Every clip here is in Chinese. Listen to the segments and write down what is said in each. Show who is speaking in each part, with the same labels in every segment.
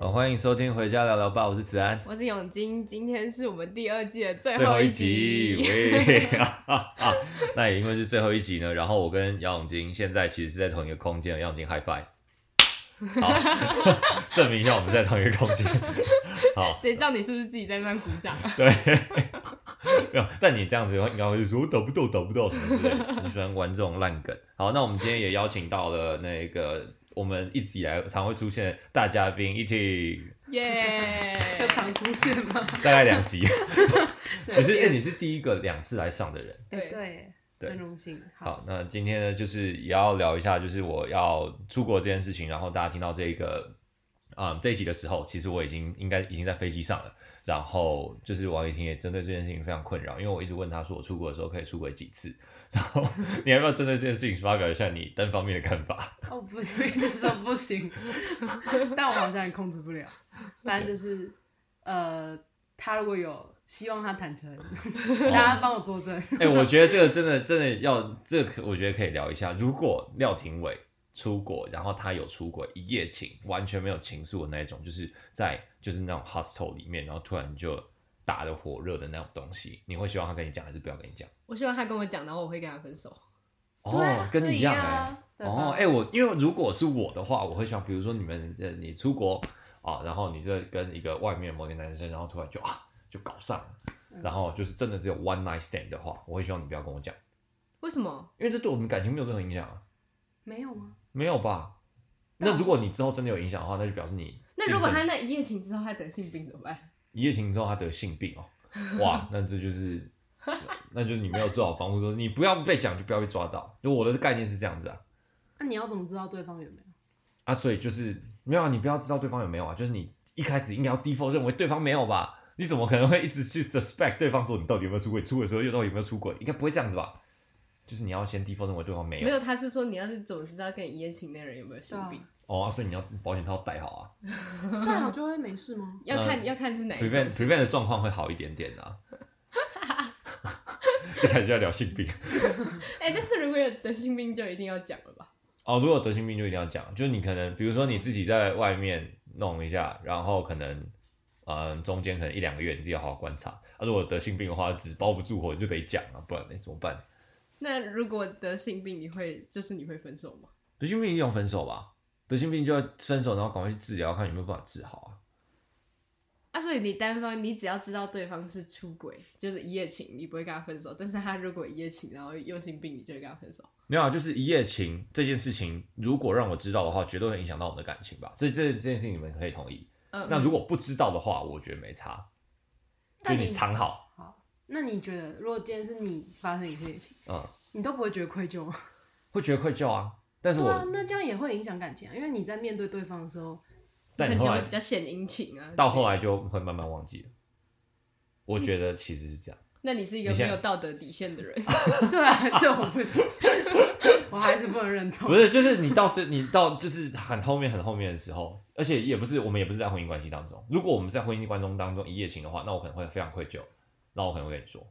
Speaker 1: 好，哦欢迎收听《回家聊聊吧》，我是子安。
Speaker 2: 我是永金，今天是我们第二季的最
Speaker 1: 最
Speaker 2: 后
Speaker 1: 后一
Speaker 2: 集
Speaker 1: 集，。喂，那也因为是最后一集呢，然后我跟姚永金现在其实是在同一个空间，姚永金 high five，好， 证明一下我们在同一个空间。好，
Speaker 2: 谁知道你是不是自己在那边鼓掌 啊？
Speaker 1: 对，没有，但你这样子应该会说我打不到，打不到什么之类的，你喜欢玩这种烂梗。好，那我们今天也邀请到了那个我们一直以来常会出现的大嘉宾 ET，
Speaker 2: 耶！
Speaker 3: 要常出现吗？
Speaker 1: 大概两 集，
Speaker 2: 对
Speaker 1: 你是、欸、你是第一个两次来上的人。
Speaker 2: 对
Speaker 3: 对，
Speaker 1: 对
Speaker 3: 真荣幸。
Speaker 1: 好，那今天呢，就是也要聊一下，就是我要出国这件事情。然后大家听到这个，嗯，这一集的时候，其实我已经应该已经在飞机上了。然后就是王雨婷也针对这件事情非常困扰，因为我一直问她说我出国的时候可以出国几次。 然后你要不要针对这件事情发表一下你单方面的看法？
Speaker 3: 哦，不行， 一直说不行， 但我好像也控制不了。反正就是，呃，他如果有希望他坦诚，
Speaker 1: 哦
Speaker 3: 大家帮我作证。
Speaker 1: 哎、我觉得这个真的真的要，这个可我觉得可以聊一下。如果廖廷伟出国，然后他有出国一夜情，完全没有情愫的那一种，就是在就是那种 hostel 里面，然后突然就打得火热的那种东西，你会希望他跟你讲，还是不要跟你讲？
Speaker 2: 我希望他跟我讲，然后我会跟他分手。
Speaker 1: 哦，跟你一样哎、
Speaker 3: 啊对吧
Speaker 1: 哦，哎、我因为如果是我的话，我会想，比如说你们呃，你出国啊，然后你这跟一个外面某个男生，然后突然就啊就搞上了，
Speaker 3: 嗯
Speaker 1: 然后就是真的只有 one night stand 的话，我会希望你不要跟我讲，
Speaker 2: 为什么？
Speaker 1: 因为这对我们感情没有任何影响啊。
Speaker 3: 没有啊吗？
Speaker 1: 没有吧？
Speaker 3: 但
Speaker 1: 那如果你之后真的有影响的话，那就表示你
Speaker 2: 啊那如果
Speaker 1: 精
Speaker 2: 他
Speaker 1: 神
Speaker 2: 那一夜情之后他得性病怎么办？
Speaker 1: 一夜情之后他得性病哦，哇，那这就是，那就是你没有做好防护措施，你不要被讲就不要被抓到。就我的概念是这样子啊，
Speaker 3: 那你要怎么知道对方有没有？
Speaker 1: 啊，所以就是没有啊，你不要知道对方有没有啊，就是你一开始应该要 default 认为对方没有吧？你怎么可能会一直去 suspect 对方说你到底有没有出轨？出轨的时候又到底有没有出轨？应该不会这样子吧？就是你要先 default 认为对方没有
Speaker 2: 没有，他是说你要是怎么知道跟你一夜情那人有没有性病？
Speaker 1: 哦、啊所以你要保险套戴好啊
Speaker 3: 那我就会没事吗？
Speaker 2: 要看
Speaker 1: 嗯
Speaker 2: 要哎看是哪一种
Speaker 1: ，prevent
Speaker 2: 性。
Speaker 1: prevent 的状况会好一点点啊。 一开始就要聊性病。
Speaker 2: 哎，但是如果有得性病就一定要讲了吧？
Speaker 1: 哦，如果有得性病就一定要讲，就是你可能比如说你自己在外面弄一下，然后可能嗯中间可能一两个月你自己要好好观察。啊，如果得性病的话，纸包不住火你就得讲啊，不然你怎么办？
Speaker 2: 那如果得性病，你会就是你会分手吗？
Speaker 1: 得性病一定要分手吧？得性病就要分手，然后赶快去治疗，看有没有办法治好啊。
Speaker 2: 啊，所以你单方，你只要知道对方是出轨，就是一夜情，你不会跟他分手。但是他如果一夜情，然后又性病，你就会跟他分手。
Speaker 1: 没有啊，就是一夜情这件事情，如果让我知道的话，绝对会影响到我们的感情吧。这这这件事情你们可以同意。
Speaker 2: 嗯，
Speaker 1: 那如果不知道的话，我觉得没差， 就
Speaker 3: 但
Speaker 1: 你
Speaker 3: 你
Speaker 1: 藏好，
Speaker 3: 好，那你觉得，如果今天是你发生一件事情，
Speaker 1: 嗯，
Speaker 3: 你都不会觉得愧疚吗？
Speaker 1: 会觉得愧疚啊。但是
Speaker 3: 对
Speaker 1: 我，
Speaker 3: 啊，那这样也会影响感情啊，因为你在面对对方的时候，
Speaker 1: 但
Speaker 2: 可
Speaker 1: 你
Speaker 2: 能就
Speaker 1: 后
Speaker 2: 会
Speaker 1: 来
Speaker 2: 比较献殷勤啊。
Speaker 1: 到后，来就会慢慢忘记了。我觉得其实是这样，
Speaker 2: 那你是一个
Speaker 1: 你
Speaker 2: 没
Speaker 1: 现在
Speaker 2: 有道德底线的人。
Speaker 3: 对啊，这我不行，我还是不能认同
Speaker 1: 不。是，就是你到这，你到就是很后面很后面的时候，而且也不是我们也不是在婚姻关系当中。如果我们在婚姻关中当中一夜情的话，那我可能会非常愧疚，那我可能会跟你说，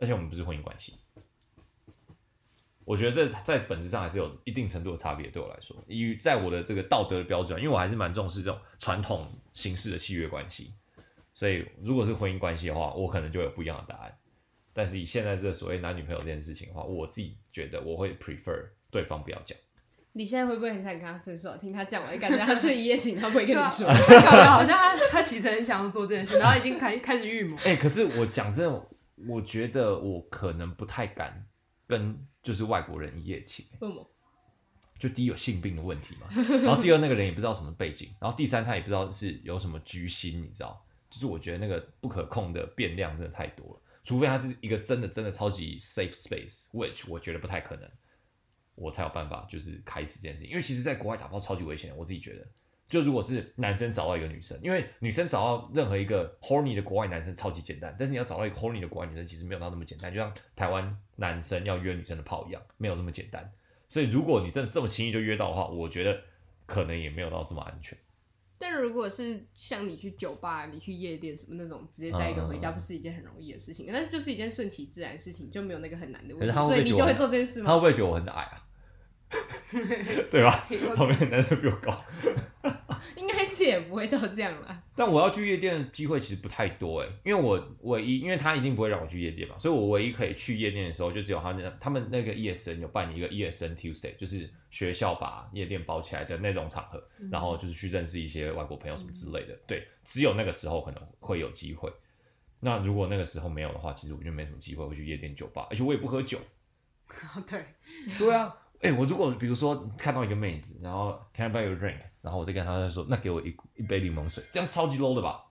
Speaker 1: 而且我们不是婚姻关系。我觉得这在本质上还是有一定程度的差别，对我来说，以在我的这个道德的标准，因为我还是蛮重视这种传统形式的契约关系，所以如果是婚姻关系的话，我可能就有不一样的答案。但是以现在这个所谓男女朋友这件事情的话，我自己觉得我会 prefer 对方不要讲。
Speaker 2: 你现在会不会很想跟他分手？听他讲完，感觉他去一夜情，他不会跟
Speaker 3: 对
Speaker 2: 你
Speaker 3: 啊，
Speaker 2: 说。
Speaker 3: 搞得好像他他其实很想要做这件事，然后已经开开始预 谋。
Speaker 1: 哎、可是我讲真的，我觉得我可能不太敢跟就是外国人一夜情。
Speaker 2: 为什么？
Speaker 1: 就第一有性病的问题嘛， 然后第二那个人也不知道什么背景，然后第三他也不知道是有什么居心，你知道？就是我觉得那个不可控的变量真的太多了，除非他是一个真的真的超级 safe space，which 我觉得不太可能，我才有办法就是开始这件事情。因为其实，在国外打炮超级危险的，我自己觉得。就如果是男生找到一个女生，因为女生找到任何一个 horny 的国外男生超级简单，但是你要找到一个 horny 的国外女生，其实没有到那么简单，就像台湾男生要约女生的炮一样，没有这么简单。所以如果你真的这么轻易就约到的话，我觉得可能也没有到这么安全。
Speaker 2: 但如果是像你去酒吧、你去夜店什么那种，直接带一个
Speaker 1: 嗯
Speaker 2: 回家，不是一件很容易的事情，但是就是一件顺其自然的事情，就没有那个很难的
Speaker 1: 可
Speaker 2: 问
Speaker 1: 是
Speaker 2: 题，
Speaker 1: 他会
Speaker 2: 所以
Speaker 1: 被
Speaker 2: 你
Speaker 1: 酒
Speaker 2: 就会
Speaker 1: 吧
Speaker 2: 做这件事
Speaker 1: 他会
Speaker 2: 吗？
Speaker 1: 不会觉得我很矮啊？ 对 吧？旁边的男生比我高，
Speaker 2: 应该是也不会到这样啦。
Speaker 1: 但我要去夜店的机会其实不太多哎，因为我唯一，因为他一定不会让我去夜店嘛，所以我唯一可以去夜店的时候，就只有他那他们那个夜生有办一个夜生 Tuesday，就是学校把夜店包起来的那种场合，然后就是去认识一些外国朋友什么之类的。对，只有那个时候可能会有机会。那如果那个时候没有的话，其实我就没什么机会会去夜店酒吧，而且我也不喝酒。
Speaker 3: 对，
Speaker 1: 对啊，哎、我如果比如说看到一个妹子，然后 Can I buy you a drink，然后我再跟她说，那给我一一杯柠檬水，这样超级 low 的吧？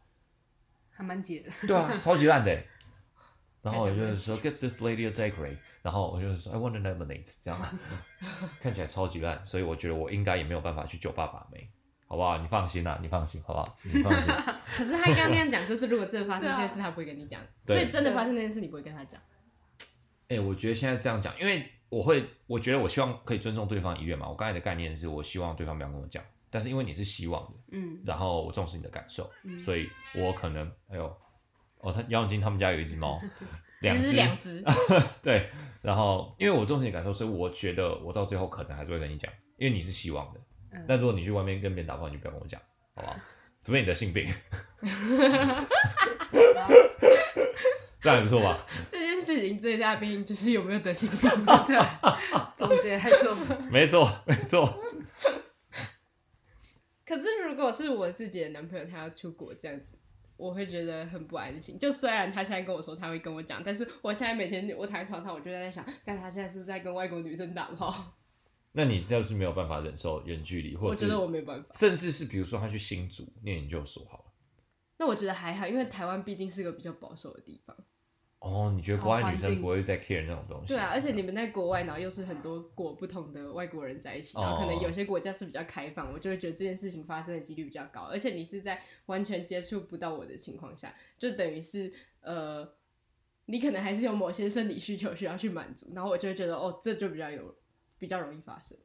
Speaker 3: 还蛮解 的。
Speaker 1: 对啊，超级烂的欸。然后我
Speaker 2: 看起来
Speaker 1: 就
Speaker 2: 蛮
Speaker 1: 是说 give this lady a daiquiri，然后我就是说 I want a lemonade，这样 看起来超级烂，所以我觉得我应该也没有办法去酒吧把妹，好不好？你放心啦、你放心，好不好？ 你放心。
Speaker 2: 可是他刚刚那样讲，就是如果真的发生
Speaker 3: 对
Speaker 2: 这
Speaker 3: 啊
Speaker 2: 件事，他不会跟你讲，
Speaker 1: 对
Speaker 2: 所以真的发生那件事，你不会跟他讲。，
Speaker 1: 哎、我觉得现在这样讲，因为我会，我觉得我希望可以尊重对方意愿嘛。我刚才的概念是我希望对方不要跟我讲，但是因为你是希望的，
Speaker 3: 嗯，
Speaker 1: 然后我重视你的感受，
Speaker 3: 嗯
Speaker 1: 所以我可能，哎呦，哦，他姚永金他们家有一只猫
Speaker 2: 其实是
Speaker 1: 只，
Speaker 2: 两只，
Speaker 1: 对，然后因为我重视你的感受，所以我觉得我到最后可能还是会跟你讲，因为你是希望的。
Speaker 3: 嗯
Speaker 1: 那如果你去外面跟别人打炮，你就不要跟我讲，好不好？除非你的性病，这样也不错吧？
Speaker 2: 这件事情最大的病就是有没有得性 病。
Speaker 3: 对，总结来说，
Speaker 1: 没错，没错。
Speaker 2: 可是如果是我自己的男朋友，他要出国这样子，我会觉得很不安心。就虽然他现在跟我说他会跟我讲，但是我现在每天我躺在床上，我就在想，看他现在是不是在跟外国女生打炮？
Speaker 1: 那你这样是没有办法忍受远距离，或
Speaker 2: 我
Speaker 1: 者
Speaker 2: 觉
Speaker 1: 是
Speaker 2: 得我没办法。
Speaker 1: 甚至是比如说他去新竹念研究所好了。
Speaker 2: 那我觉得还好，因为台湾毕竟是个比较保守的地方。
Speaker 1: 哦，你觉得国外
Speaker 3: 哦
Speaker 1: 女
Speaker 3: 环
Speaker 1: 生
Speaker 3: 境
Speaker 1: 不会再 care 那种东西？
Speaker 2: 对啊，而且你们在国外，然后又是很多国不同的外国人在一起，然后可
Speaker 1: 哦
Speaker 2: 能有些国家是比较开放，我就会觉得这件事情发生的几率比较高。而且你是在完全接触不到我的情况下，就等于是呃，你可能还是有某些生理需求需要去满足，然后我就会觉得哦，这就比较有比较容易发生。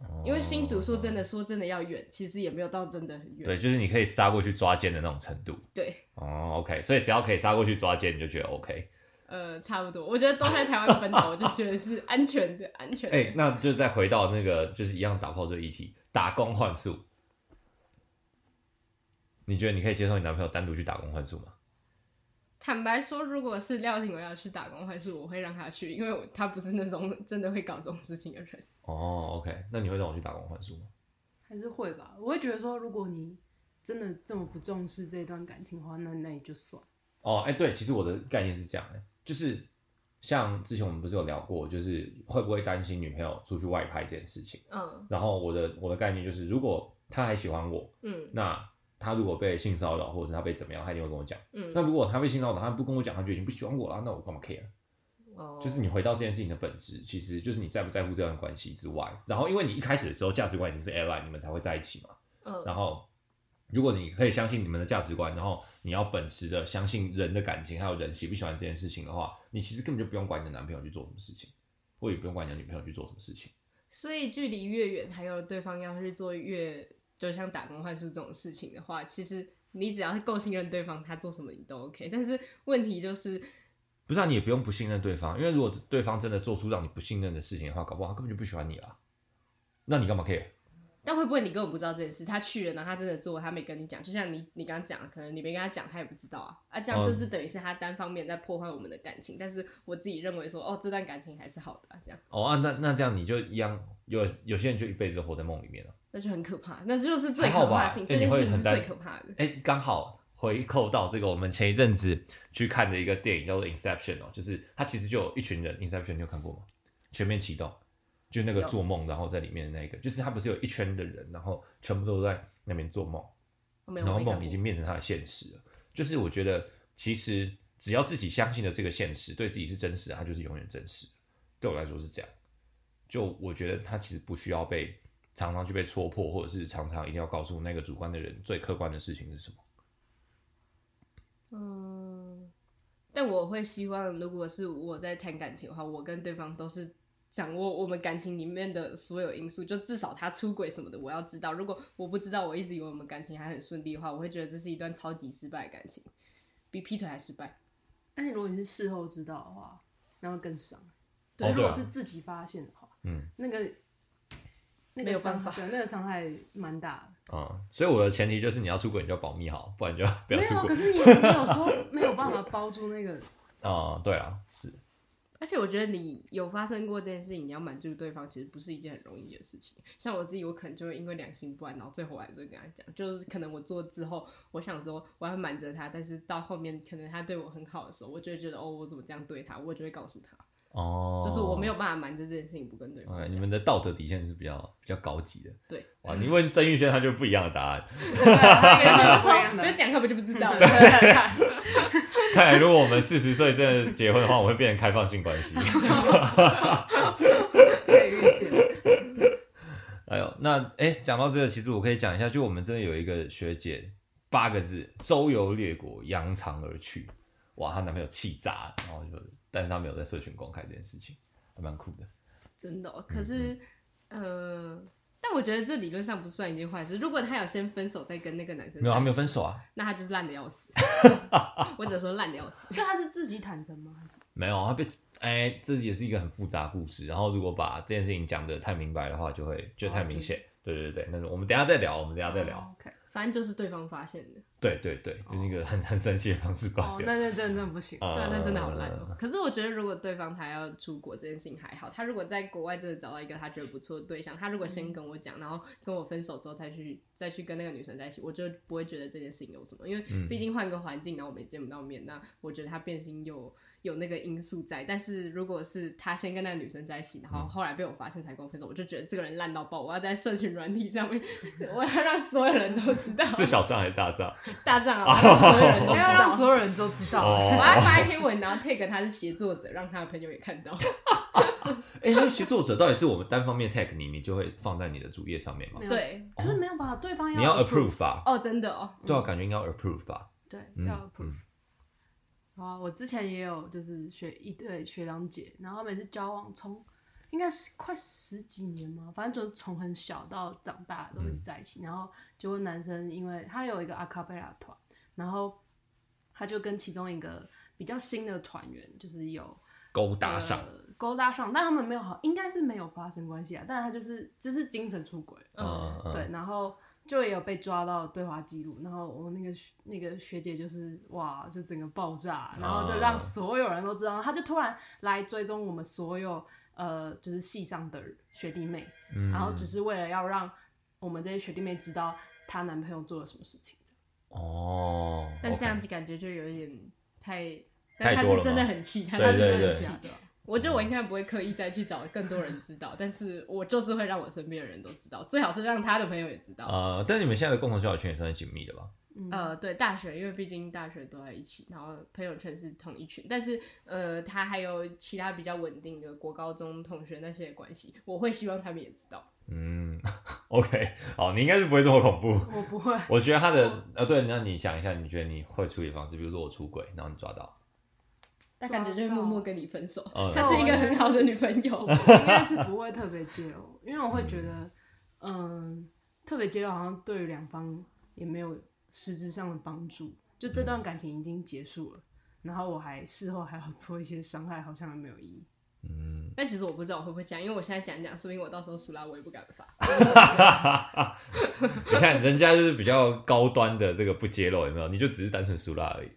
Speaker 1: 哦
Speaker 2: 因为新竹说真的，说真的要远，其实也没有到真的很远。
Speaker 1: 对，就是你可以杀过去抓奸的那种程度。
Speaker 2: 对，
Speaker 1: 哦，OK，所以只要可以杀过去抓奸，你就觉得 OK。
Speaker 2: 呃，差不多。我觉得都在台湾本岛，我就觉得是安全的，安 全的。
Speaker 1: 哎、那就再回到那个，就是一样打炮这个议题，打工换宿。你觉得你可以接受你男朋友单独去打工换宿吗？
Speaker 2: 坦白说，如果是廖廷伟要去打工换宿，我会让他去，因为我他不是那种真的会搞这种事情的人。
Speaker 1: 哦，OK，那你会让我去打工换宿吗？
Speaker 3: 还是会吧。我会觉得说，如果你真的这么不重视这段感情的话，那那也就算。
Speaker 1: 哦，哎、对，其实我的概念是这样的，就是像之前我们不是有聊过，就是会不会担心女朋友出去外拍这件事情？
Speaker 2: 嗯
Speaker 1: 然后我的我的概念就是，如果他还喜欢我，
Speaker 2: 嗯
Speaker 1: 那他如果被性骚扰，或者是他被怎么样，他一定会跟我讲。那
Speaker 2: 嗯，
Speaker 1: 如果他被性骚扰，他不跟我讲，他就已经不喜欢我了，那我干嘛 care？
Speaker 2: 哦
Speaker 1: 就是你回到这件事情的本质，其实就是你在不在乎这段关系之外。然后，因为你一开始的时候价值观已经是 ally，你们才会在一起嘛。
Speaker 2: 嗯
Speaker 1: 然后，如果你可以相信你们的价值观，然后你要本持着相信人的感情，还有人喜不喜欢这件事情的话，你其实根本就不用管你的男朋友去做什么事情，或也不用管你的女朋友去做什么事情。
Speaker 2: 所以距离越远，还有对方要去做越，就像打工换宿这种事情的话，其实你只要是够信任对方，他做什么你都 OK。但是问题就是，
Speaker 1: 不是啊，你也不用不信任对方，因为如果对方真的做出让你不信任的事情的话，搞不好他根本就不喜欢你啦。那你干嘛 care？
Speaker 2: 但会不会你根本不知道这件事？他去了，然后他真的做，他没跟你讲。就像你你刚刚讲的，可能你没跟他讲，他也不知道啊。啊，这样
Speaker 1: 嗯
Speaker 2: 就是等于是他单方面在破坏我们的感情。但是我自己认为说，哦，这段感情还是好的、啊，这样
Speaker 1: 哦啊，那那这样你就一样，有有些人就一辈子活在梦里面了。
Speaker 2: 那就很可怕，那就是最
Speaker 1: 还好
Speaker 2: 可
Speaker 1: 吧
Speaker 2: 怕的事情。
Speaker 1: 哎
Speaker 2: 这件
Speaker 1: 你会
Speaker 2: 事情是
Speaker 1: 很担
Speaker 2: 最可怕的。
Speaker 1: 哎，刚好回扣到这个我们前一阵子去看的一个电影叫做《Inception》哦，就是它其实就有一群人，《Inception》你有看过吗？全面启动，就那个
Speaker 2: 有
Speaker 1: 做梦然后在里面的那个，就是他不是有一圈的人，然后全部都在那边做梦。
Speaker 2: 我哦没有，
Speaker 1: 然后
Speaker 2: 我没看
Speaker 1: 梦
Speaker 2: 过
Speaker 1: 已经变成他的现实了。就是我觉得，其实只要自己相信的这个现实对自己是真实的，它就是永远真实的。对我来说是这样。就我觉得他其实不需要被常常去被戳破，或者是常常一定要告诉那个主观的人最客观的事情是什么。
Speaker 2: 嗯，但我会希望，如果是我在谈感情的话，我跟对方都是掌握我们感情里面的所有因素，就至少他出轨什么的，我要知道。如果我不知道，我一直以为我们感情还很顺利的话，我会觉得这是一段超级失败的感情，比劈腿还失败。
Speaker 3: 但是如果你是事后知道的话，那会更伤。
Speaker 1: 对
Speaker 3: 如果
Speaker 1: 啊
Speaker 3: 是自己发现的话，
Speaker 1: 嗯
Speaker 3: 那个
Speaker 2: 没
Speaker 3: 那个
Speaker 2: 有办
Speaker 3: 伤
Speaker 2: 法
Speaker 3: 对那个伤害蛮大
Speaker 1: 啊、嗯所以我的前提就是你要出轨，你就保密好，不然就 不要
Speaker 3: 的。没
Speaker 1: 出
Speaker 3: 有，
Speaker 2: 啊
Speaker 1: 轨
Speaker 3: 可是你你有时候没有办法包住那个，
Speaker 1: 啊、对啊，是
Speaker 2: 而且我觉得你有发生过这件事情，你要满足对方，其实不是一件很容易的事情。像我自己，我可能就会因为良心不安，然后最后我还是会跟他讲，就是可能我做之后，我想说我要瞒着他，但是到后面可能他对我很好的时候，我就会觉得哦，我怎么这样对他，我就会告诉他，
Speaker 1: 哦，
Speaker 2: 就是我没有办法瞒着这件事情不跟对方
Speaker 1: OK，你
Speaker 2: 讲。
Speaker 1: 们的道德底线是比较比较高级的。
Speaker 2: 对，
Speaker 1: 哇，你问曾玉轩，他就不一样的答案。
Speaker 3: 他
Speaker 2: 对
Speaker 3: 也没有
Speaker 2: 他
Speaker 3: 这样
Speaker 2: 说
Speaker 3: 的
Speaker 2: 不要讲，他们就不知道了。
Speaker 1: 看来如果我们四十岁真的结婚的话，我会变成开放性关系。
Speaker 3: 可以预 见。
Speaker 1: 哎呦，那哎，讲到这个，其实我可以讲一下，就我们真的有一个学姐，八个字：周游列国，扬长而去。哇，她男朋友气炸了，然后就，但是她没有在社群公开这件事情，还蛮酷的。
Speaker 2: 真的哦、可是，
Speaker 1: 嗯
Speaker 2: 呃，但我觉得这理论上不算一件坏事。如果他有先分手，再跟那个男生，
Speaker 1: 没有，她没有分，手啊，
Speaker 2: 那他就是烂的要死。我只能说烂的要死。
Speaker 3: 所以他是自己坦诚吗？还是
Speaker 1: 没有，她被哎，这也是一个很复杂的故事。然后如果把这件事情讲的太明白的话，就会就太明显。对对对，那我们等一下再聊，我们等一下再聊。
Speaker 3: 哦？OK，
Speaker 2: 反正就是对方发现的，
Speaker 1: 对对对，就是一个很很神奇的方式挂
Speaker 3: 哦，
Speaker 1: 掉。
Speaker 3: 那那真的真的不行。
Speaker 1: 啊
Speaker 2: 对啊，那真的好烂哦、可是我觉得，如果对方他要出国这件事情还好，他如果在国外真的找到一个他觉得不错的对象，他如果先跟我讲，然后跟我分手之后再去再去跟那个女生在一起，我就不会觉得这件事情有什么，因为
Speaker 1: 嗯
Speaker 2: 毕竟换个环境，然后我们也见不到面，那我觉得他变心有有那个因素在。但是如果是他先跟那个女生在一起，然后
Speaker 1: 嗯
Speaker 2: 后来被我发现才跟我分手，我就觉得这个人烂到爆，我要在社群软体上面，我要让所有人都知道，
Speaker 1: 是小账还是大账？
Speaker 2: 大丈啊，让所有人都
Speaker 3: 不
Speaker 2: 知
Speaker 3: 要 让
Speaker 2: 道。
Speaker 3: 所有人都知道。
Speaker 2: 我
Speaker 1: 哦，
Speaker 2: 要发一篇文，然后 take 他是写作者，让他的朋友也看到。
Speaker 1: 哎，那写作者到底是我们单方面 tag 你，你就会放在你的主页上面吗
Speaker 3: 没？有，
Speaker 2: 对，
Speaker 3: 可是没有吧？对方
Speaker 1: 你要 approve
Speaker 3: approve，
Speaker 1: 吧？
Speaker 2: 哦，真的哦，
Speaker 1: 对啊，感觉应该要 approve 吧？
Speaker 3: 对，
Speaker 1: 嗯
Speaker 3: 要 approve。好啊，我之前也有就是学一对学长姐，然后每次交往从应该是快十几年嘛，反正就是从很小到长大都一
Speaker 1: 嗯
Speaker 3: 直在一起。然后结果男生因为他有一个阿卡贝拉团，然后他就跟其中一个比较新的团员，就是有
Speaker 1: 勾搭上
Speaker 3: 呃，勾搭上，但他们没有好，应该是没有发生关系啊，但他就是就是精神出轨，
Speaker 1: 嗯嗯嗯，
Speaker 3: 对，然后就也有被抓到对话记录，然后我那个学那个学姐就是哇，就整个爆炸，然后就
Speaker 1: 啊
Speaker 3: 让所有人都知道，她就突然来追踪我们所有呃就是系上的学弟妹，
Speaker 1: 嗯
Speaker 3: 然后只是为了要让我们这些学弟妹知道她男朋友做了什么事情。
Speaker 1: 哦，
Speaker 2: 但这样
Speaker 1: OK
Speaker 2: 就感觉就有一点太，
Speaker 1: 太
Speaker 2: 但他
Speaker 1: 多
Speaker 2: 是
Speaker 1: 了
Speaker 2: 真的
Speaker 1: 吗
Speaker 2: 很气，他
Speaker 1: 对
Speaker 2: 是真的
Speaker 1: 对
Speaker 2: 很
Speaker 1: 对
Speaker 2: 气
Speaker 3: 对
Speaker 2: 的。我觉得我应该不会刻意再去找更多人知道，但是我就是会让我身边的人都知道，最好是让他的朋友也知道。
Speaker 1: 呃，但你们现在的共同交友圈也算是紧密的吧？
Speaker 3: 嗯，
Speaker 2: 呃，对，大学，因为毕竟大学都在一起，然后朋友圈是同一群，但是呃，他还有其他比较稳定的国高中同学那些关系，我会希望他们也知道。
Speaker 1: 嗯 ，OK，好，你应该是不会这么恐怖。
Speaker 3: 我不会，
Speaker 1: 我觉得他的呃，对，那你想一下，你觉得你会处理方式，比如说我出轨，然后你抓到，
Speaker 2: 但感觉就是默默跟你分手
Speaker 1: 嗯，
Speaker 2: 她是一个很好的女朋友。
Speaker 3: 应该是不会特别揭露，因为我会觉得，嗯，特别揭露好像对于两方也没有实质上的帮助，就这段感情已经结束了，然后我还事后还要做一些伤害，好像也没有意义。
Speaker 1: 嗯，
Speaker 2: 但其实我不知道我会不会讲，因为我现在讲一讲，说不定我到时候输啦，我也不敢发。
Speaker 1: 你看人家就是比较高端的这个不揭露有没有？你就只是单纯输啦而已。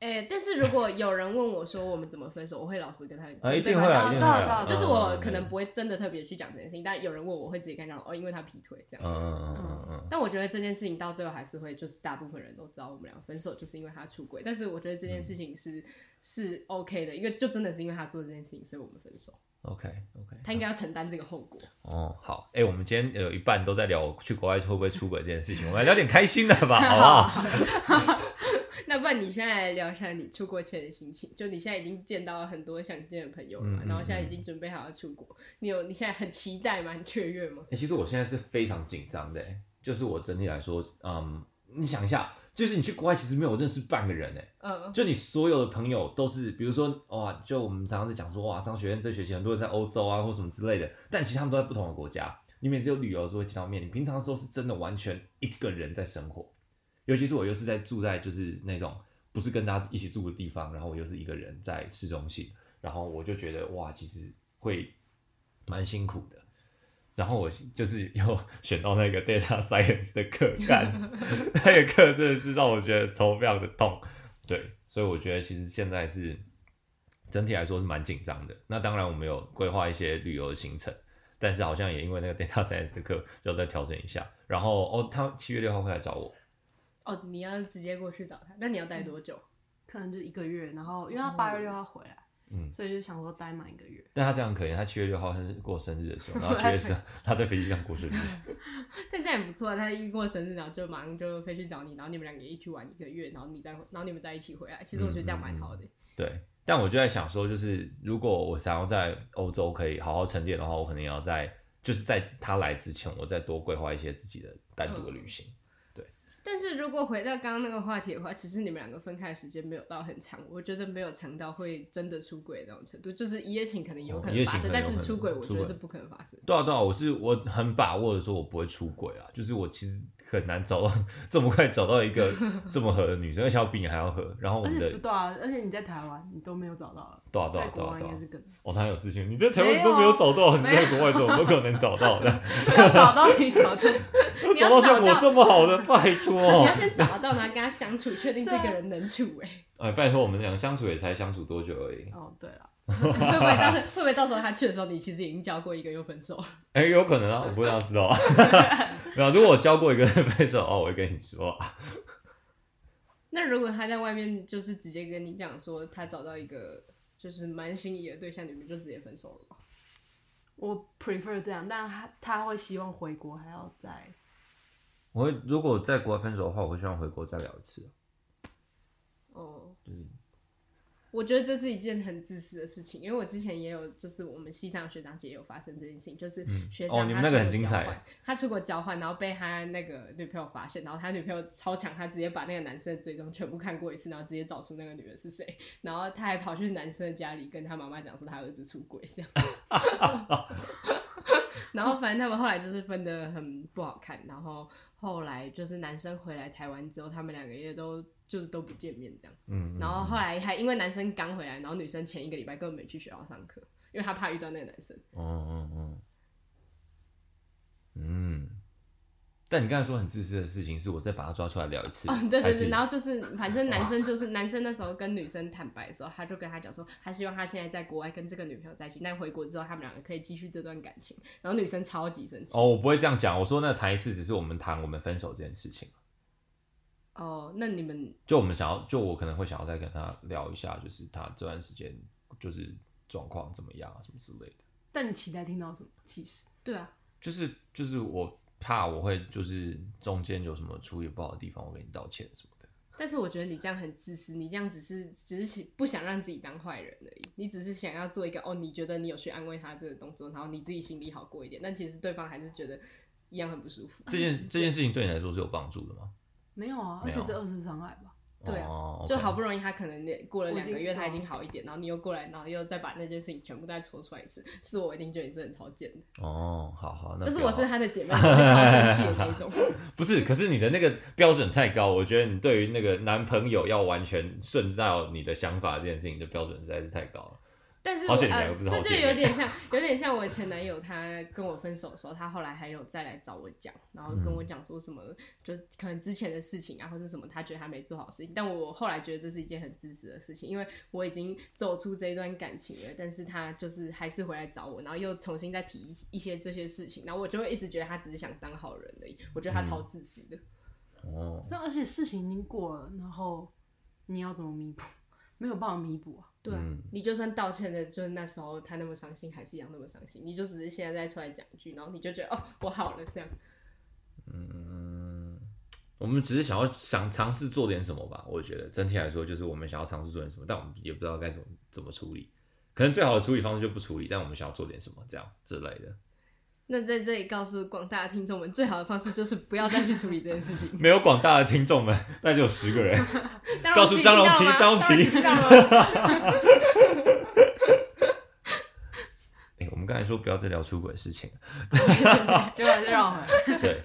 Speaker 2: 哎、但是如果有人问我说我们怎么分手，我会老实跟他，
Speaker 1: 啊，
Speaker 2: 跟
Speaker 1: 一定
Speaker 2: 对
Speaker 1: 会
Speaker 2: 方
Speaker 1: 啊，
Speaker 3: 对
Speaker 1: 一定
Speaker 2: 讲
Speaker 3: 对
Speaker 1: 会啊
Speaker 3: 对
Speaker 2: 就是我可能
Speaker 1: 嗯
Speaker 2: 不会真的特别去讲这件事情，但有人问我，我会直接跟他讲哦，因为他劈腿这样。
Speaker 1: 嗯嗯嗯嗯
Speaker 2: 但我觉得这件事情到最后还是会，就是大部分人都知道我们俩分手就是因为他出轨，但是我觉得这件
Speaker 1: 嗯
Speaker 2: 事情是、是 OK 的，因为就真的是因为他做这件事情，所以我们分手，
Speaker 1: ，OK OK，
Speaker 2: 他应该要承担这个后果。
Speaker 1: 哦好，哎，我们今天有一半都在聊我去国外会不会出轨这件事情，我们来聊点开心的吧，好不好？
Speaker 2: 那不然你现在聊一下你出国前的心情，就你现在已经见到很多想见的朋友了嘛，
Speaker 1: 嗯嗯
Speaker 2: 然后现在已经准备好要出国，你有你现在很期
Speaker 1: 欸
Speaker 2: 待吗？你雀跃吗？
Speaker 1: 哎，其实我现在是非常紧张的，诶就是我整体来说，嗯，你想一下，就是你去国外其实没有认识半个人哎、
Speaker 2: 嗯，
Speaker 1: 就你所有的朋友都是，比如说哇，就我们常常在讲说哇，商学院这学期很多人在欧洲啊或什么之类的，但其实他们都在不同的国家。你每次有旅游的时候会见到面，你平常的时候是真的完全一个人在生活。尤其是我又是在住在就是那种不是跟大家一起住的地方，然后我又是一个人在市中心，然后我就觉得哇，其实会蛮辛苦的。然后我就是又选到那个 data science 的课干，那个课真的是让我觉得头非常的痛。对，所以我觉得其实现在是整体来说是蛮紧张的。那当然我们有规划一些旅游的行程，但是好像也因为那个 data science 的课要再调整一下。然后哦，他七月六号会来找我，
Speaker 2: 哦，你要直接过去找他，那你要待多久？
Speaker 3: 可能就一个月，然后因为他八月六号回来，
Speaker 1: 嗯
Speaker 3: 所以就想说待满一个月。
Speaker 1: 但他这样可怜，他七月六号生日过生日的时候，然后七月十他在飞机上过生日，
Speaker 2: 但这样也不错啊，他一过生日，然后就马上就飞去找你，然后你们两个一起玩一个月，然后你再，然后你们再一起回来。其实我觉得这样蛮好的。
Speaker 1: 对。但我就在想说，就是如果我想要在欧洲可以好好沉淀的话，我可能也要在就是在他来之前，我再多规划一些自己的单独的旅行。
Speaker 2: 但是如果回到刚刚那个话题的话，其实你们两个分开的时间没有到很长，我觉得没有长到会真的出轨那种程度，就是一夜情可能有可
Speaker 1: 哦一夜
Speaker 2: 能
Speaker 1: 情
Speaker 2: 发生，
Speaker 1: 可能
Speaker 2: 但
Speaker 1: 有可
Speaker 2: 是
Speaker 1: 能
Speaker 2: 出轨我觉
Speaker 1: 出轨
Speaker 2: 得是不可能发生。
Speaker 1: 对啊，对啊，我是我很把握的说，我不会出轨啊，就是我其实很难找到 这么快找到一个这么合的女生，而且要比你还要合。然后我
Speaker 3: 而
Speaker 1: 们的
Speaker 3: 且不对啊，而且你在台湾你都没有找到了，
Speaker 1: 对哦啊对啊
Speaker 3: 在
Speaker 1: 对
Speaker 3: 国
Speaker 1: 啊
Speaker 3: 外
Speaker 1: 对
Speaker 3: 应
Speaker 1: 啊
Speaker 3: 该，是更
Speaker 1: 哦，他有自信，你在台
Speaker 3: 没有
Speaker 1: 湾
Speaker 3: 啊
Speaker 1: 都没有找到，你
Speaker 3: 没有
Speaker 1: 在国外怎么可能找到的？
Speaker 3: 没有找到 你找这，
Speaker 1: 我
Speaker 2: 你
Speaker 1: 找
Speaker 2: 要
Speaker 1: 到
Speaker 2: 找
Speaker 1: 像我
Speaker 2: 到
Speaker 1: 这么好的，拜托哦
Speaker 2: 你要，先找到，然后跟他相处，确定这个人能处哎、
Speaker 1: 哎，拜托，我们俩相处也才相处多久而已？
Speaker 3: 哦对了，
Speaker 2: 会不会到时候会不会到时候他去的时候，你其实已经交过一个又分手了？
Speaker 1: 哎，有可能啊，我不会让他 知道啊。没有，如果我交过一个 分手哦，我会跟你说啊。
Speaker 2: 那如果他在外面就是直接跟你讲说他找到一个就是蛮心仪的对象，你们就直接分手了吗？
Speaker 3: 我 prefer 这样，但他他会希望回国还要再
Speaker 1: 我会如果在国外分手的话，我会希望回国再聊一次。啊
Speaker 2: 哦，
Speaker 1: 嗯
Speaker 2: 我觉得这是一件很自私的事情，因为我之前也有，就是我们系上的学长姐也有发生这件事情，就是
Speaker 1: 嗯
Speaker 2: 学
Speaker 1: 哦
Speaker 2: 长
Speaker 1: 你
Speaker 2: 他
Speaker 1: 们那
Speaker 2: 出
Speaker 1: 个很
Speaker 2: 国
Speaker 1: 精
Speaker 2: 交
Speaker 1: 彩
Speaker 2: 换，他出国交换，然后被他那个女朋友发现，然后他女朋友超强，他直接把那个男生的追踪全部看过一次，然后直接找出那个女的是谁，然后他还跑去男生的家里跟他妈妈讲说他儿子出轨这样， 然后反正他们后来就是分的很不好看，然后后来就是男生回来台湾之后，他们两个也都就是都不见面这样。
Speaker 1: 嗯，嗯
Speaker 2: 然后
Speaker 1: 嗯
Speaker 2: 后来还因为男生刚回来，然后女生前一个礼拜根本没去学校上课，因为她怕遇到那个男生。
Speaker 1: 嗯嗯嗯，嗯。但你刚才说很自私的事情，是我再把他抓出来聊一次，
Speaker 2: 哦，对
Speaker 1: 还
Speaker 2: 对
Speaker 1: 是
Speaker 2: 对，然后就是反正男生就是男生那时候跟女生坦白的时候，他就跟她讲说，他希望他现在在国外跟这个女朋友在一起，但回国之后他们两个可以继续这段感情。
Speaker 1: 哦
Speaker 2: 然后女生超级生气。
Speaker 1: 哦，我不会这样讲。我说那谈一次，只是我们谈我们分手这件事情，
Speaker 2: 哦，那你们
Speaker 1: 就我们想要，就我可能会想要再跟他聊一下，就是他这段时间就是状况怎么样啊，什么之类的。
Speaker 3: 但你期待听到什么？其实
Speaker 2: 对啊，
Speaker 1: 就是就是我怕我会就是中间有什么处理不好的地方，我跟你道歉什么的。
Speaker 2: 但是我觉得你这样很自私，你这样只是只是想不想让自己当坏人而已，你只是想要做一个哦，你觉得你有去安慰他这个动作，然后你自己心里好过一点，但其实对方还是觉得一样很不舒服。
Speaker 1: 这 件这件事情对你来说是有帮助的吗？
Speaker 3: 没有啊，
Speaker 1: 没
Speaker 3: 而
Speaker 1: 有
Speaker 3: 且是二次伤害吧？
Speaker 2: 对啊
Speaker 1: 哦，OK
Speaker 2: 就好不容易他可能也过了
Speaker 3: 我已
Speaker 2: 两
Speaker 3: 经
Speaker 2: 个月，他已
Speaker 3: 懂
Speaker 2: 经好一点，然后你又过来，然后又再把那件事情全部再戳出来一次，是我一定觉得你真的超贱的，
Speaker 1: 哦，好好，那
Speaker 2: 就是
Speaker 1: 不要
Speaker 2: 我是他的姐妹，我会超生气的那一种。
Speaker 1: 不是，可是你的那个标准太高，我觉得你对于那个男朋友要完全顺照你的想法这件事情的标准实在是太高了。
Speaker 2: 但是
Speaker 1: 好
Speaker 2: 我
Speaker 1: 险你们
Speaker 2: 呃
Speaker 1: 两个不，是好
Speaker 2: 这就
Speaker 1: 姐妹
Speaker 2: 有点像，有点像我前男友，他跟我分手的时候，他后来还有再来找我讲，然后跟我讲说什么，就可能之前的事情啊，或是什么，他觉得他没做好事情。但我后来觉得这是一件很自私的事情，因为我已经走出这一段感情了，但是他就是还是回来找我，然后又重新再提一一些这些事情，然后我就会一直觉得他只是想当好人而已，我觉得他超自私的。
Speaker 1: 哦，
Speaker 3: 这而且事情已经过了，然后你要怎么弥补？ 没有办法弥补啊。
Speaker 2: 对啊，
Speaker 1: 嗯
Speaker 2: 你就算道歉的，就是那时候他那么伤心，还是一样那么伤心。你就只是现在再出来讲一句，然后你就觉得哦，我好了这样。
Speaker 1: 嗯，我们只是想要想尝试做点什么吧。我觉得整体来说，就是我们想要尝试做点什么，但我们也不知道该怎么怎么处理。可能最好的处理方式就不处理，但我们想要做点什么，这样之类的。
Speaker 2: 那在这里告诉广大的听众们，最好的方式就是不要再去处理这 件事情。
Speaker 1: 没有广大的听众们，那就有十个人。
Speaker 2: 当然
Speaker 1: 告
Speaker 2: 我
Speaker 1: 诉
Speaker 2: 自己
Speaker 1: 张
Speaker 2: 知
Speaker 1: 荣
Speaker 2: 道
Speaker 1: 奇
Speaker 2: 啦
Speaker 1: 张荣
Speaker 2: 当然
Speaker 1: 奇
Speaker 2: 知道了
Speaker 1: 哎、我们刚才说不要再聊出轨的事情。
Speaker 3: 结果还是绕回来。
Speaker 1: 对，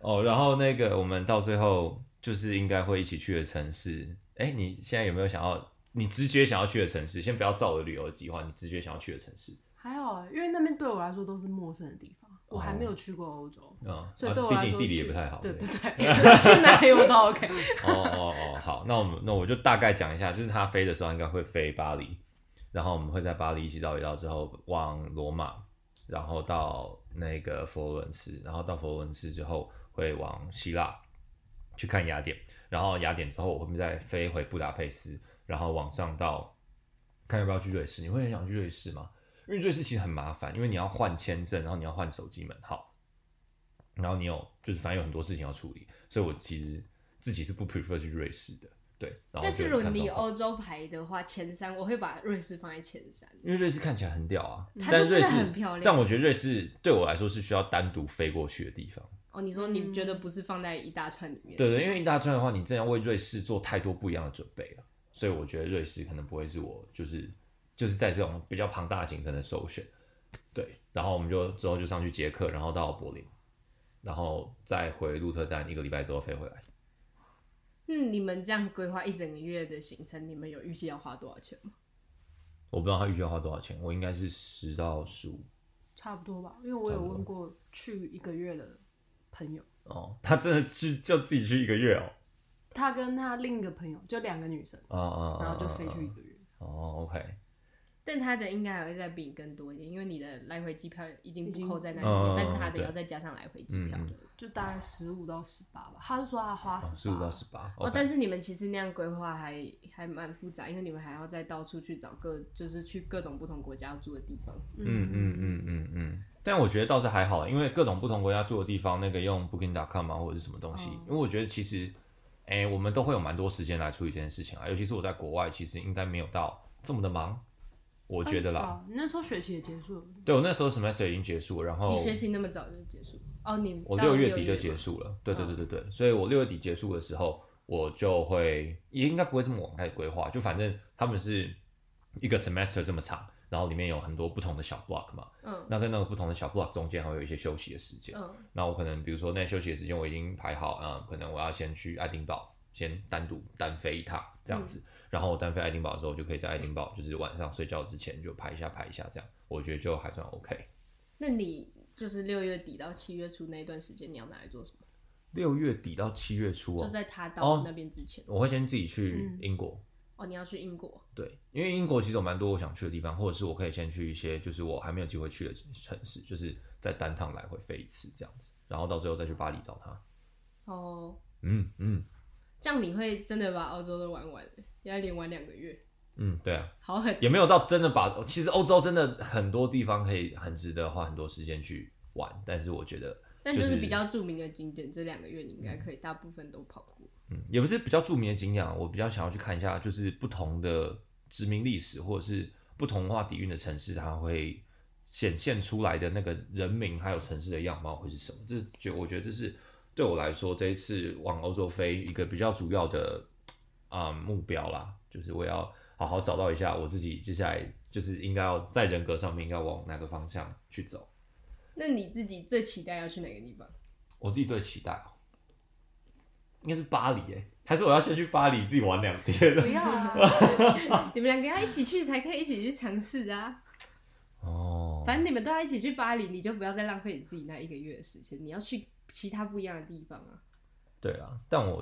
Speaker 1: 哦，然后那个我们到最后就是应该会一起去的城市，哎，你现在有没有想要你直觉想要去的城市？先不要照我的旅游计划，你直觉想要去的城市，
Speaker 3: 还好欸，因为那边对我来说都是陌生的地方，我还没有去过欧洲，
Speaker 1: 嗯，
Speaker 3: 所以对
Speaker 1: 啊
Speaker 3: 我来
Speaker 1: 哦毕竟
Speaker 3: 说
Speaker 1: 地理
Speaker 3: 去
Speaker 1: 也不太好，
Speaker 3: 对对
Speaker 1: 对
Speaker 3: 对， 所以去哪里我都 OK。
Speaker 1: 哦哦哦，好，那我们那我就大概讲一下，就是他飞的时候应该会飞巴黎，然后我们会在巴黎一起绕一绕之后往罗马，然后到那个佛罗伦斯，然后到佛罗伦斯之后会往希腊去看雅典，然后雅典之后我们再飞回布达佩斯，然后往上到看要不要去瑞士。你会很想去瑞士吗？因为瑞士其实很麻烦，因为你要换签证，然后你要换手机门号，然后你有就是反正有很多事情要处理，所以我其实自己是不 prefer 去瑞士的。对，然后
Speaker 2: 但是
Speaker 1: 就
Speaker 2: 如果
Speaker 1: 看
Speaker 2: 你
Speaker 1: 状
Speaker 2: 有
Speaker 1: 况
Speaker 2: 欧洲排的话，前三我会把瑞士放在前三。
Speaker 1: 因为瑞士看起来很屌啊，
Speaker 2: 嗯它
Speaker 1: 但
Speaker 2: 就
Speaker 1: 瑞
Speaker 2: 真的
Speaker 1: 士
Speaker 2: 很漂亮
Speaker 1: 但我觉得瑞士对我来说是需要单独飞过去的地方。
Speaker 2: 哦，你说你觉得不是放在一大串里面？
Speaker 1: 对对，因为一大串的话，你真的要为瑞士做太多不一样的准备了，所以我觉得瑞士可能不会是我就是就是在这种比较庞大的行程的首选。对，然后我们就之后就上去捷克，然后到柏林，然后再回鹿特丹，一个礼拜之后飞回来。
Speaker 2: 那你们这样规划一整个月的行程，你们有预计要花多少钱吗？
Speaker 1: 我不知道他预计要花多少钱，我应该是十到十五
Speaker 3: 差不多吧，因为我有问过去一个月的朋友，
Speaker 1: 哦。他真的去就自己去一个月哦，
Speaker 3: 她跟她另一个朋友就两个女生，
Speaker 1: 啊啊啊，
Speaker 3: 然后就飞
Speaker 1: 啊
Speaker 3: 去一个
Speaker 1: 啊
Speaker 3: 月。
Speaker 1: 哦，OK，
Speaker 2: 但他的应该还会再比你更多一点，因为你的来回机票已经
Speaker 3: 已经
Speaker 2: 不扣在那里面，
Speaker 1: 嗯
Speaker 2: 但是他的
Speaker 1: 对
Speaker 2: 要再加上来回机票。
Speaker 1: 嗯嗯
Speaker 3: 对，就大概十五到十八吧，她是说她花十
Speaker 1: 十五到十八。
Speaker 2: 哦，
Speaker 1: OK
Speaker 2: 但是你们其实那样规划还还蛮复杂，因为你们还要再到处去找各，就是去各种不同国家住的地方。
Speaker 1: 嗯嗯嗯嗯嗯。但我觉得倒是还好，因为各种不同国家住的地方，那个用 Booking.com 啊或者是什么东西，
Speaker 3: 哦
Speaker 1: 因为我觉得其实，哎、我们都会有蛮多时间来处理这件事情啊。尤其是我在国外，其实应该没有到这么的忙，我觉得啦。
Speaker 3: 哦那时候学期也结 束了，
Speaker 1: 对我那时候 semester 已经结束了，然后
Speaker 2: 你学习那么早就结束？哦，你
Speaker 1: 哦我
Speaker 2: 到
Speaker 1: 六
Speaker 2: 月
Speaker 1: 月底就结
Speaker 2: 吗。
Speaker 1: 束了。对对
Speaker 2: 嗯
Speaker 1: 对对对，所以我六月底结束的时候，我就会也应该不会这么晚开始规划，就反正他们是一个 semester 这么长，然后里面有很多不同的小 block 嘛。
Speaker 2: 嗯
Speaker 1: 那在那个不同的小 block 中间，还会有一些休息的时间。
Speaker 2: 嗯
Speaker 1: 那我可能比如说那休息的时间我已经排好，嗯，可能我要先去爱丁堡，先单独单飞一趟这样
Speaker 2: 嗯
Speaker 1: 子。然后我单飞爱丁堡的时候，我就可以在爱丁堡就是晚上睡觉之前就排一下排一下这样，我觉得就还算 OK。
Speaker 2: 那你就是六月底到七月初那一段时间，你要拿来做什么？
Speaker 1: 六月底到七月初
Speaker 2: 就
Speaker 1: 哦，
Speaker 2: 在他
Speaker 1: 哦
Speaker 2: 到那边之前。
Speaker 1: 我会先自己去
Speaker 3: 嗯
Speaker 1: 英国，
Speaker 2: 哦，你要去英国？
Speaker 1: 对，因为英国其实有蛮多我想去的地方，或者是我可以先去一些就是我还没有机会去的城市，就是再单趟来回飞一次这样子，然后到最后再去巴黎找他。
Speaker 2: 哦，
Speaker 1: 嗯嗯
Speaker 2: 这样你会真的把欧洲都玩完，要连玩两个月，
Speaker 1: 嗯，对啊。
Speaker 2: 好狠。
Speaker 1: 也没有到真的把，其实欧洲真的很多地方可以很值得花很多时间去玩，但是我觉得，
Speaker 2: 但就
Speaker 1: 就是是
Speaker 2: 比较著名的景点，这两个月你应该可以大部分都跑过。
Speaker 1: 嗯，也不是比较著名的景点啊，我比较想要去看一下，就是不同的殖民历史或者是不同文化底蕴的城市，它会显现出来的那个人民还有城市的样貌会是什么？这是觉我觉得这是对我来说这一次往欧洲飞一个比较主要的啊、目标啦，就是我要好好找到一下我自己接下来就是应该要在人格上面应该往哪个方向去走。
Speaker 2: 那你自己最期待要去哪个地方？
Speaker 1: 我自己最期待哦，应该是巴黎诶，还是我要先去巴黎自己玩两天？
Speaker 3: 不要啊，
Speaker 2: 你们两个要一起去，才可以一起去尝试啊。
Speaker 1: 哦，
Speaker 2: 反正你们都要一起去巴黎，你就不要再浪费你自己那一个月的时间，你要去其他不一样的地方啊。
Speaker 1: 对啦，但我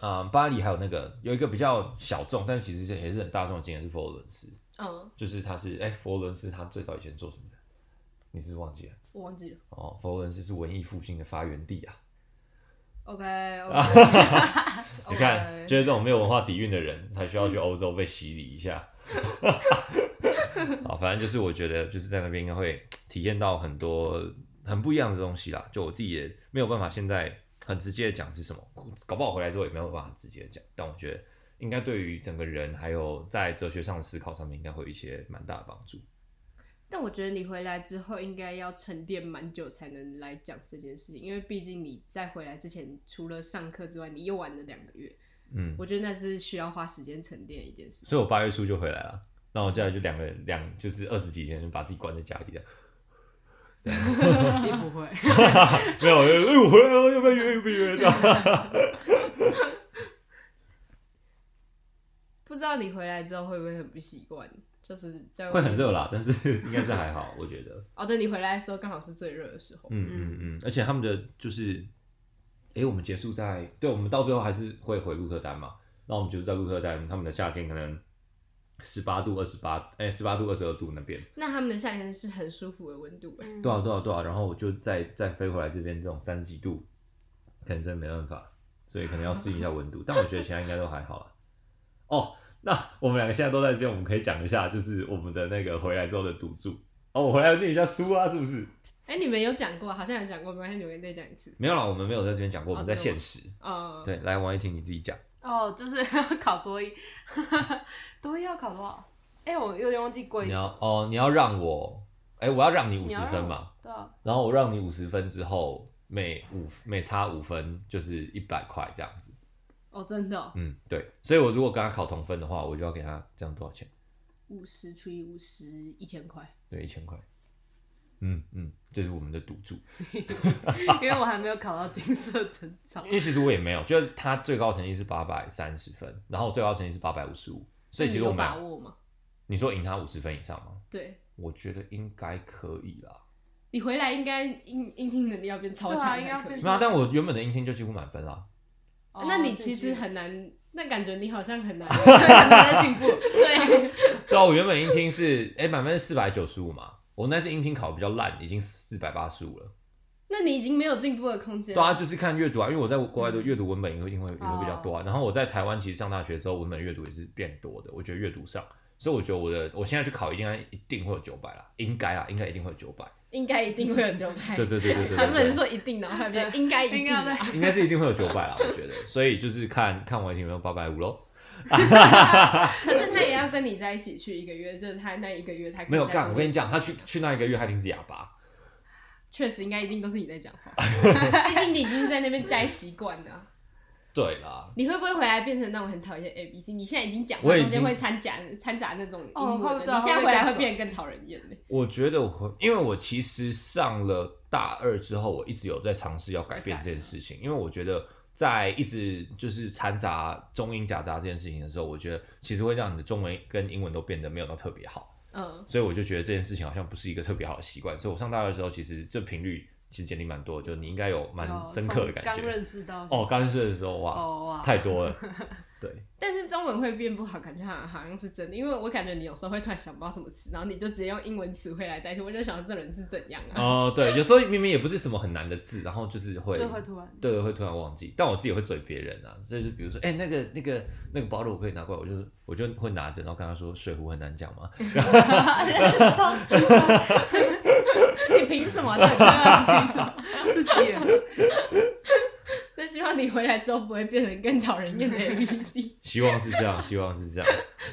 Speaker 1: 啊、呃巴黎还有那个有一个比较小众，但其实是也是很大众的景点是佛罗伦斯，
Speaker 2: 嗯，
Speaker 1: 就是它是哎、佛罗伦斯它最早以前做什么的？你是不是忘记了？
Speaker 2: 我忘记了。
Speaker 1: 哦，佛罗伦斯是文艺复兴的发源地啊！
Speaker 2: OK OK，
Speaker 1: 你看，就是这种没有文化底蕴的人才需要去欧洲被洗礼一下。好，反正就是我觉得就是在那边应该会体验到很多很不一样的东西啦。就我自己也没有办法现在很直接的讲是什么，搞不好回来之后也没有办法直接地讲。但我觉得应该对于整个人还有在哲学上的思考上面，应该会有一些蛮大的帮助。
Speaker 2: 但我觉得你回来之后应该要沉淀蛮久才能来讲这件事情，因为毕竟你在回来之前，除了上课之外，你又玩了两个月，
Speaker 1: 嗯，
Speaker 2: 我觉得那是需要花时间沉淀的一件事情。
Speaker 1: 所以我八月初就回来了，那我接下来就两个两就是二十几天就把自己关在家里了。
Speaker 3: 也不会。
Speaker 1: 没有，哎、我回来了，要不要约？要不要约？这样
Speaker 2: 不知道你回来之后会不会很不习惯，就是在外
Speaker 1: 会
Speaker 2: 面
Speaker 1: 很热啦，但是应该是还好，我觉得。
Speaker 2: 哦。对你回来的时候刚好是最热的时候，
Speaker 1: 嗯嗯嗯，而且他们的就是，诶，我们结束在，对，我们到最后还是会回鹿特丹嘛。那我们就是在鹿特丹，他们的夏天可能十八度、二十八，哎，十八度、二十二度那边。
Speaker 2: 那他们的夏天是很舒服的温度哎。
Speaker 3: 嗯
Speaker 1: 对啊，对啊，对啊。然后我就再再飞回来这边，这种三十几度，可能真没办法，所以可能要适应一下温 度。但我觉得其他应该都还好了。哦，那我们两个现在都在这边，我们可以讲一下，就是我们的那个回来之后的赌注。哦，我回来念一下书啊，是不是？
Speaker 2: 哎、你们有讲过，好像有讲过，没关系，你们再讲一次。
Speaker 1: 没有啦，我们没有在这边讲过，我们在
Speaker 2: 哦对
Speaker 1: 现
Speaker 2: 我
Speaker 1: 实。
Speaker 2: 哦、
Speaker 1: 对，来王一婷你自己讲。
Speaker 3: 哦，就是考多一，多一要考多少？哎、我有点忘记规
Speaker 1: 你
Speaker 3: 则
Speaker 1: 要。哦，你要让我，哎、我要让你五
Speaker 3: 你
Speaker 1: 十
Speaker 3: 要让
Speaker 1: 分
Speaker 3: 我
Speaker 1: 嘛，
Speaker 3: 对啊，
Speaker 1: 然后我让你五十分之后，每五每差五分就是一百块这样子。
Speaker 2: 哦，真的、哦，
Speaker 1: 嗯，对，所以我如果跟他考同分的话，我就要给他这样多少钱？
Speaker 2: 五十除以五十，一千块。
Speaker 1: 对，一千块。嗯嗯，这是我们的赌注，
Speaker 3: 因为我还没有考到金色成长
Speaker 1: 因。为其实我也没有，就是他最高成绩是八百三十分，然后我最高成绩是八百五十五，所以
Speaker 2: 那
Speaker 1: 其
Speaker 2: 你
Speaker 1: 实我
Speaker 2: 有
Speaker 1: 们
Speaker 2: 把
Speaker 1: 俩
Speaker 2: 握吗？
Speaker 1: 你说赢他五十分以上吗？
Speaker 2: 对
Speaker 1: 我觉得应该可以啦。
Speaker 2: 你回来应该应应听能力要变超
Speaker 3: 对啊
Speaker 2: 强
Speaker 3: 应该要
Speaker 2: 才可以
Speaker 3: 变。
Speaker 1: 那、啊、但我原本的音听就几乎满分啊啦。
Speaker 3: 哦
Speaker 2: 那你
Speaker 3: 所
Speaker 2: 其
Speaker 3: 以
Speaker 2: 实
Speaker 3: 是
Speaker 2: 很难，那感觉你好 像很难，很难在进步。对，
Speaker 1: 对啊，我原本音听是 哎满分是四百九十五嘛，我那次音听考得比较烂，已经四百八十五了。
Speaker 2: 那你已经没有进步的空间
Speaker 1: 对啊，
Speaker 2: 了。
Speaker 1: 就是看阅读啊，因为我在国外的阅读文本也会因为也会比较多啊。然后我在台湾其实上大学的时候，文本阅读也是变多的。我觉得阅读上，所以我觉得我的我现在去考一定一定会有九百啦，应该啊啦，应该一定会有九百。
Speaker 2: 应该一定会有九百。
Speaker 1: 对对对对对
Speaker 2: 他
Speaker 1: 对
Speaker 2: 们
Speaker 1: 对，
Speaker 2: 说一定，然后还变应该一
Speaker 3: 应
Speaker 2: 定
Speaker 3: 该
Speaker 2: 啊。
Speaker 3: 在
Speaker 1: 应该是一定会有九百啦，我觉得。所以就是看看我有没有八百五喽。
Speaker 2: 可是他也要跟你在一起去一个月，就是他那一个月他可以
Speaker 1: 没有
Speaker 2: 在
Speaker 1: 干，我跟你
Speaker 2: 练习
Speaker 1: 讲，他去去那一个月，他一定是哑巴。
Speaker 2: 确实应该一定都是你在讲 话，毕竟你已经在那边待习惯了。
Speaker 1: 对啦，
Speaker 2: 你会不会回来变成那种很讨厌 A B C？你现在已经讲
Speaker 1: 我
Speaker 2: 话
Speaker 1: 已经
Speaker 2: 中间会掺杂掺杂那种英
Speaker 3: 哦
Speaker 2: 文
Speaker 3: 会
Speaker 2: 的，
Speaker 3: 的
Speaker 2: 你现在回来
Speaker 3: 会
Speaker 2: 会
Speaker 3: 更
Speaker 2: 变得更讨人厌嘞。
Speaker 1: 我觉得我会，因为我其实上了大二之后，我一直有在尝试要改变这件事情，因为我觉得在一直就是掺杂中英夹杂这件事情的时候，我觉得其实会让你的中文跟英文都变得没有到特别好，
Speaker 2: 嗯，
Speaker 1: 所以我就觉得这件事情好像不是一个特别好的习惯，所以我上大二的时候，其实这频率其实减低蛮多，就你应该有蛮
Speaker 3: 有
Speaker 1: 深刻的
Speaker 3: 哦从
Speaker 1: 感
Speaker 3: 刚
Speaker 1: 觉。
Speaker 3: 认识到
Speaker 1: 哦，刚认识的时候哇，
Speaker 3: 哦哇，
Speaker 1: 太多 了，对。
Speaker 2: 但是中文会变不好，感觉好像好像是真的，因为我感觉你有时候会突然想不到什么词，然后你就直接用英文词汇来代替，我就想这人是怎 样啊？
Speaker 1: 哦，对，有时候明明也不是什么很难的字，然后就是会
Speaker 3: 就会突然
Speaker 1: 对，会突然忘记。但我自己也会嘴别人啊，所以就比如说，哎、那个那个那个包的我可以拿过来，我就我就会拿着，然后跟他说水壶很难讲嘛。
Speaker 3: 超级快
Speaker 2: 你凭什么？到底凭什么？
Speaker 3: 自己也
Speaker 2: 那希望你回来之后不会变成更讨人厌的 A B C。
Speaker 1: 希望是这样，希望是这样。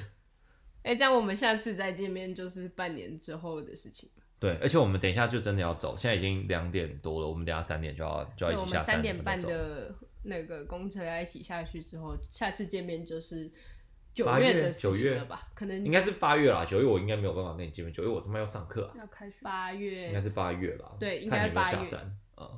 Speaker 2: 哎、这样我们下次再见面就是半年之后的事情。
Speaker 1: 对，而且我们等一下就真的要走，现在已经两点多了，我们等一下三点就要就要
Speaker 2: 对，
Speaker 1: 一
Speaker 2: 我
Speaker 1: 起下
Speaker 2: 们
Speaker 1: 山
Speaker 2: 三
Speaker 1: 了
Speaker 2: 点半
Speaker 1: 走
Speaker 2: 的那个公车要一起下去之后，下次见面就是九
Speaker 1: 八月
Speaker 2: 月的
Speaker 1: 九
Speaker 2: 事
Speaker 1: 月
Speaker 2: 情了吧？可能
Speaker 1: 应该是八月啦，九月我应该没有办法跟你见面，九月我他妈要上课啊，
Speaker 3: 要开学，
Speaker 2: 八
Speaker 1: 应该
Speaker 2: 月
Speaker 1: 是八月吧？
Speaker 2: 对应
Speaker 1: 看
Speaker 2: 该
Speaker 1: 你有没有
Speaker 2: 八
Speaker 1: 下
Speaker 2: 月
Speaker 1: 山啊、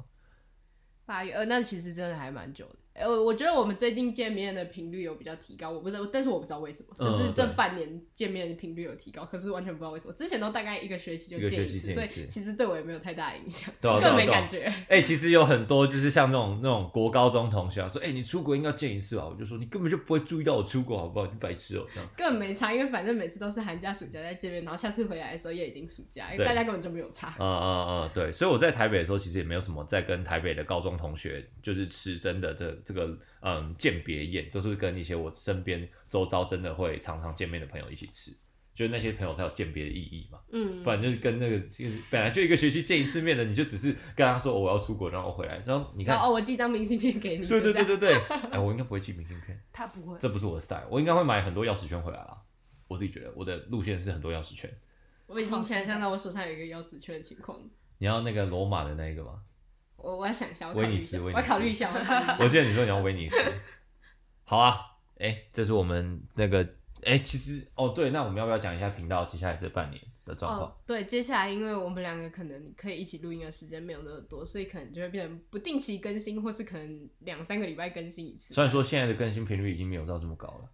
Speaker 2: 八月，呃，那其实真的还蛮久的。呃，我我觉得我们最近见面的频率有比较提高，我不知道，但是我不知道为什么，
Speaker 1: 嗯
Speaker 2: 就是这
Speaker 1: 对
Speaker 2: 半年见面的频率有提高，可是完全不知道为什么，之前都大概一个学期就
Speaker 1: 一个
Speaker 2: 见
Speaker 1: 学期
Speaker 2: 一次，
Speaker 1: 见一
Speaker 2: 所以
Speaker 1: 次
Speaker 2: 其实对我也没有太大的影响，
Speaker 1: 对啊对啊
Speaker 2: 更没
Speaker 1: 对啊
Speaker 2: 感觉。
Speaker 1: 哎、其实有很多就是像那种那种国高中同学啊，说，哎、你出国应该见一次啊，我就说你根本就不会注意到我出国好不好？你白痴哦、这样。
Speaker 2: 根本没差，因为反正每次都是寒假、暑假再见面，然后下次回来的时候也已经暑假，因为
Speaker 1: 对
Speaker 2: 大家根本就没有差。
Speaker 1: 嗯嗯嗯，对，所以我在台北的时候，其实也没有什么在跟台北的高中同学就是吃真的这这个嗯鉴别宴，都是跟一些我身边周遭真的会常常见面的朋友一起吃，就是那些朋友才有鉴别的意义嘛，
Speaker 2: 嗯
Speaker 1: 不，然就是跟那个就是本来就一个学期见一次面的，你就只是跟他说、哦我要出国，然后我回来，然后你看
Speaker 2: 然，后哦，我寄张明信片给你，
Speaker 1: 对
Speaker 2: 就
Speaker 1: 对
Speaker 2: 这
Speaker 1: 对
Speaker 2: 样
Speaker 1: 对对，哎，我应该不会寄明信片，
Speaker 3: 他不会。
Speaker 1: 这不是我的 style，我应该会买很多钥匙圈回来啦，我自己觉得我的路线是很多钥匙圈，
Speaker 2: 我已经想象到我手上有一个钥匙圈的情况了。
Speaker 1: 你要那个罗马的那一个吗？
Speaker 2: 我我要想一下，我考
Speaker 1: 威
Speaker 2: 虑
Speaker 1: 尼
Speaker 2: 一
Speaker 1: 斯
Speaker 2: 下，我
Speaker 1: 威尼
Speaker 2: 要考虑
Speaker 1: 斯
Speaker 2: 一下，我要考虑一下。
Speaker 1: 我记得你说你要威尼斯，好啊，哎、这是我们那个哎、其实哦对，那我们要不要讲一下频道接下来这半年的状况？
Speaker 2: 哦，对，接下来因为我们两个可能可以一起录音的时间没有那么多，所以可能就会变成不定期更新，或是可能两三个礼拜更新一次。
Speaker 1: 虽然说现在的更新频率已经没有到这么高了，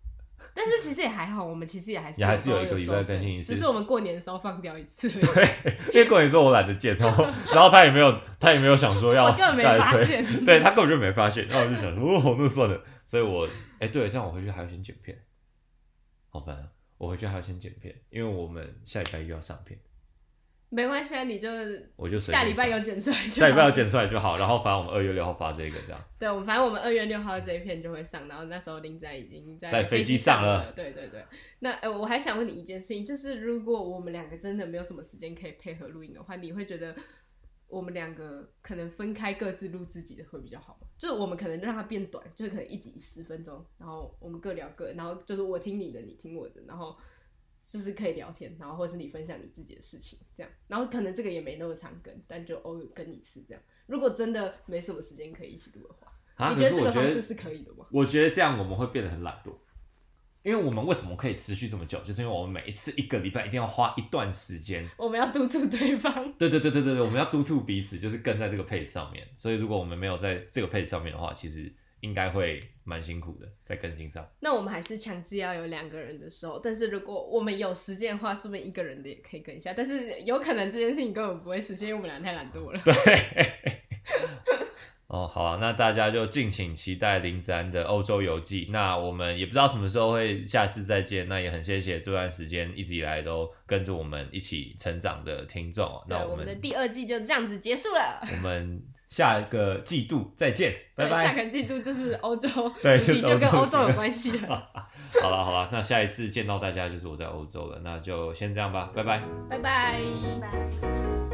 Speaker 2: 但是其实也还好，我们其实也还是
Speaker 1: 也还是
Speaker 2: 时候
Speaker 1: 有一个礼
Speaker 2: 周
Speaker 1: 拜
Speaker 2: 更
Speaker 1: 更新一次
Speaker 2: 只是我们过年的时候放掉 一次而已。
Speaker 1: 因为过年说我懒得剪 然后然后他也没有他也没有想说要
Speaker 2: 我根本没
Speaker 1: 来
Speaker 2: 发
Speaker 1: 催
Speaker 2: 现
Speaker 1: 对他根本就没发现，然后我就想说哦那算了，所以我哎、对，这样我回去还要先剪片，好烦啊！我回去还要先剪片，因为我们下礼拜又要上片，
Speaker 2: 没关系啊，你就
Speaker 1: 我就随
Speaker 2: 下
Speaker 1: 便
Speaker 2: 礼拜
Speaker 1: 上
Speaker 2: 有剪出来就好。
Speaker 1: 下礼拜要剪出来就好，然后反正我们二月六号发这个这样。
Speaker 2: 对，我们反正我们二月六号这一片就会上，然后那时候林仔已经在
Speaker 1: 在飞
Speaker 2: 飞
Speaker 1: 机
Speaker 2: 上
Speaker 1: 上了
Speaker 2: 对对对，那呃，我还想问你一件事情，就是如果我们两个真的没有什么时间可以配合录音的话，你会觉得我们两个可能分开各自录自己的会比较好吗？就是我们可能让它变短，就是可能一集十分钟，然后我们各聊各，然后就是我听你的，你听我的，然后。就是可以聊天，然后或是你分享你自己的事情，这样，然后可能这个也没那么长更，但就偶尔跟一次这样。如果真的没什么时间可以一起录的话，
Speaker 1: 啊，
Speaker 2: 你
Speaker 1: 可
Speaker 2: 觉
Speaker 1: 是
Speaker 2: 得这
Speaker 1: 我
Speaker 2: 个
Speaker 1: 觉
Speaker 2: 方式
Speaker 1: 得，
Speaker 2: 是可以的吗？
Speaker 1: 我觉得这样我们会变得很懒惰，因为我们为什么可以持续这么久，就是因为我们每一次一个礼拜一定要花一段时间，
Speaker 2: 我们要督促对方。
Speaker 1: 对对对对对对，我们要督促彼此，就是跟在这个配置上面。所以如果我们没有在这个配置上面的话，其实应该会蛮辛苦的，在更新上。
Speaker 2: 那我们还是强制要有两个人的时候，但是如果我们有时间的话，说不定一个人的也可以跟一下。但是有可能这件事情根本不会实现，因为我们俩太懒惰了。
Speaker 1: 哦，好啊，那大家就敬请期待林子安的欧洲游记。那我们也不知道什么时候会下次再见，那也很谢谢这段时间一直以来都跟着我们一起成长的听众哦。
Speaker 2: 对
Speaker 1: 那，
Speaker 2: 我
Speaker 1: 们
Speaker 2: 们的第二季就这样子结束了。
Speaker 1: 我们下个季度再见，拜
Speaker 2: 对下
Speaker 1: 拜。
Speaker 2: 个季度就是欧洲，
Speaker 1: 对
Speaker 2: 主题
Speaker 1: 就是欧洲
Speaker 2: 就跟欧洲有关系了。
Speaker 1: 好了好了，那下一次见到大家就是我在欧洲了，那就先这样吧，拜拜。
Speaker 2: 拜拜。
Speaker 3: 拜拜。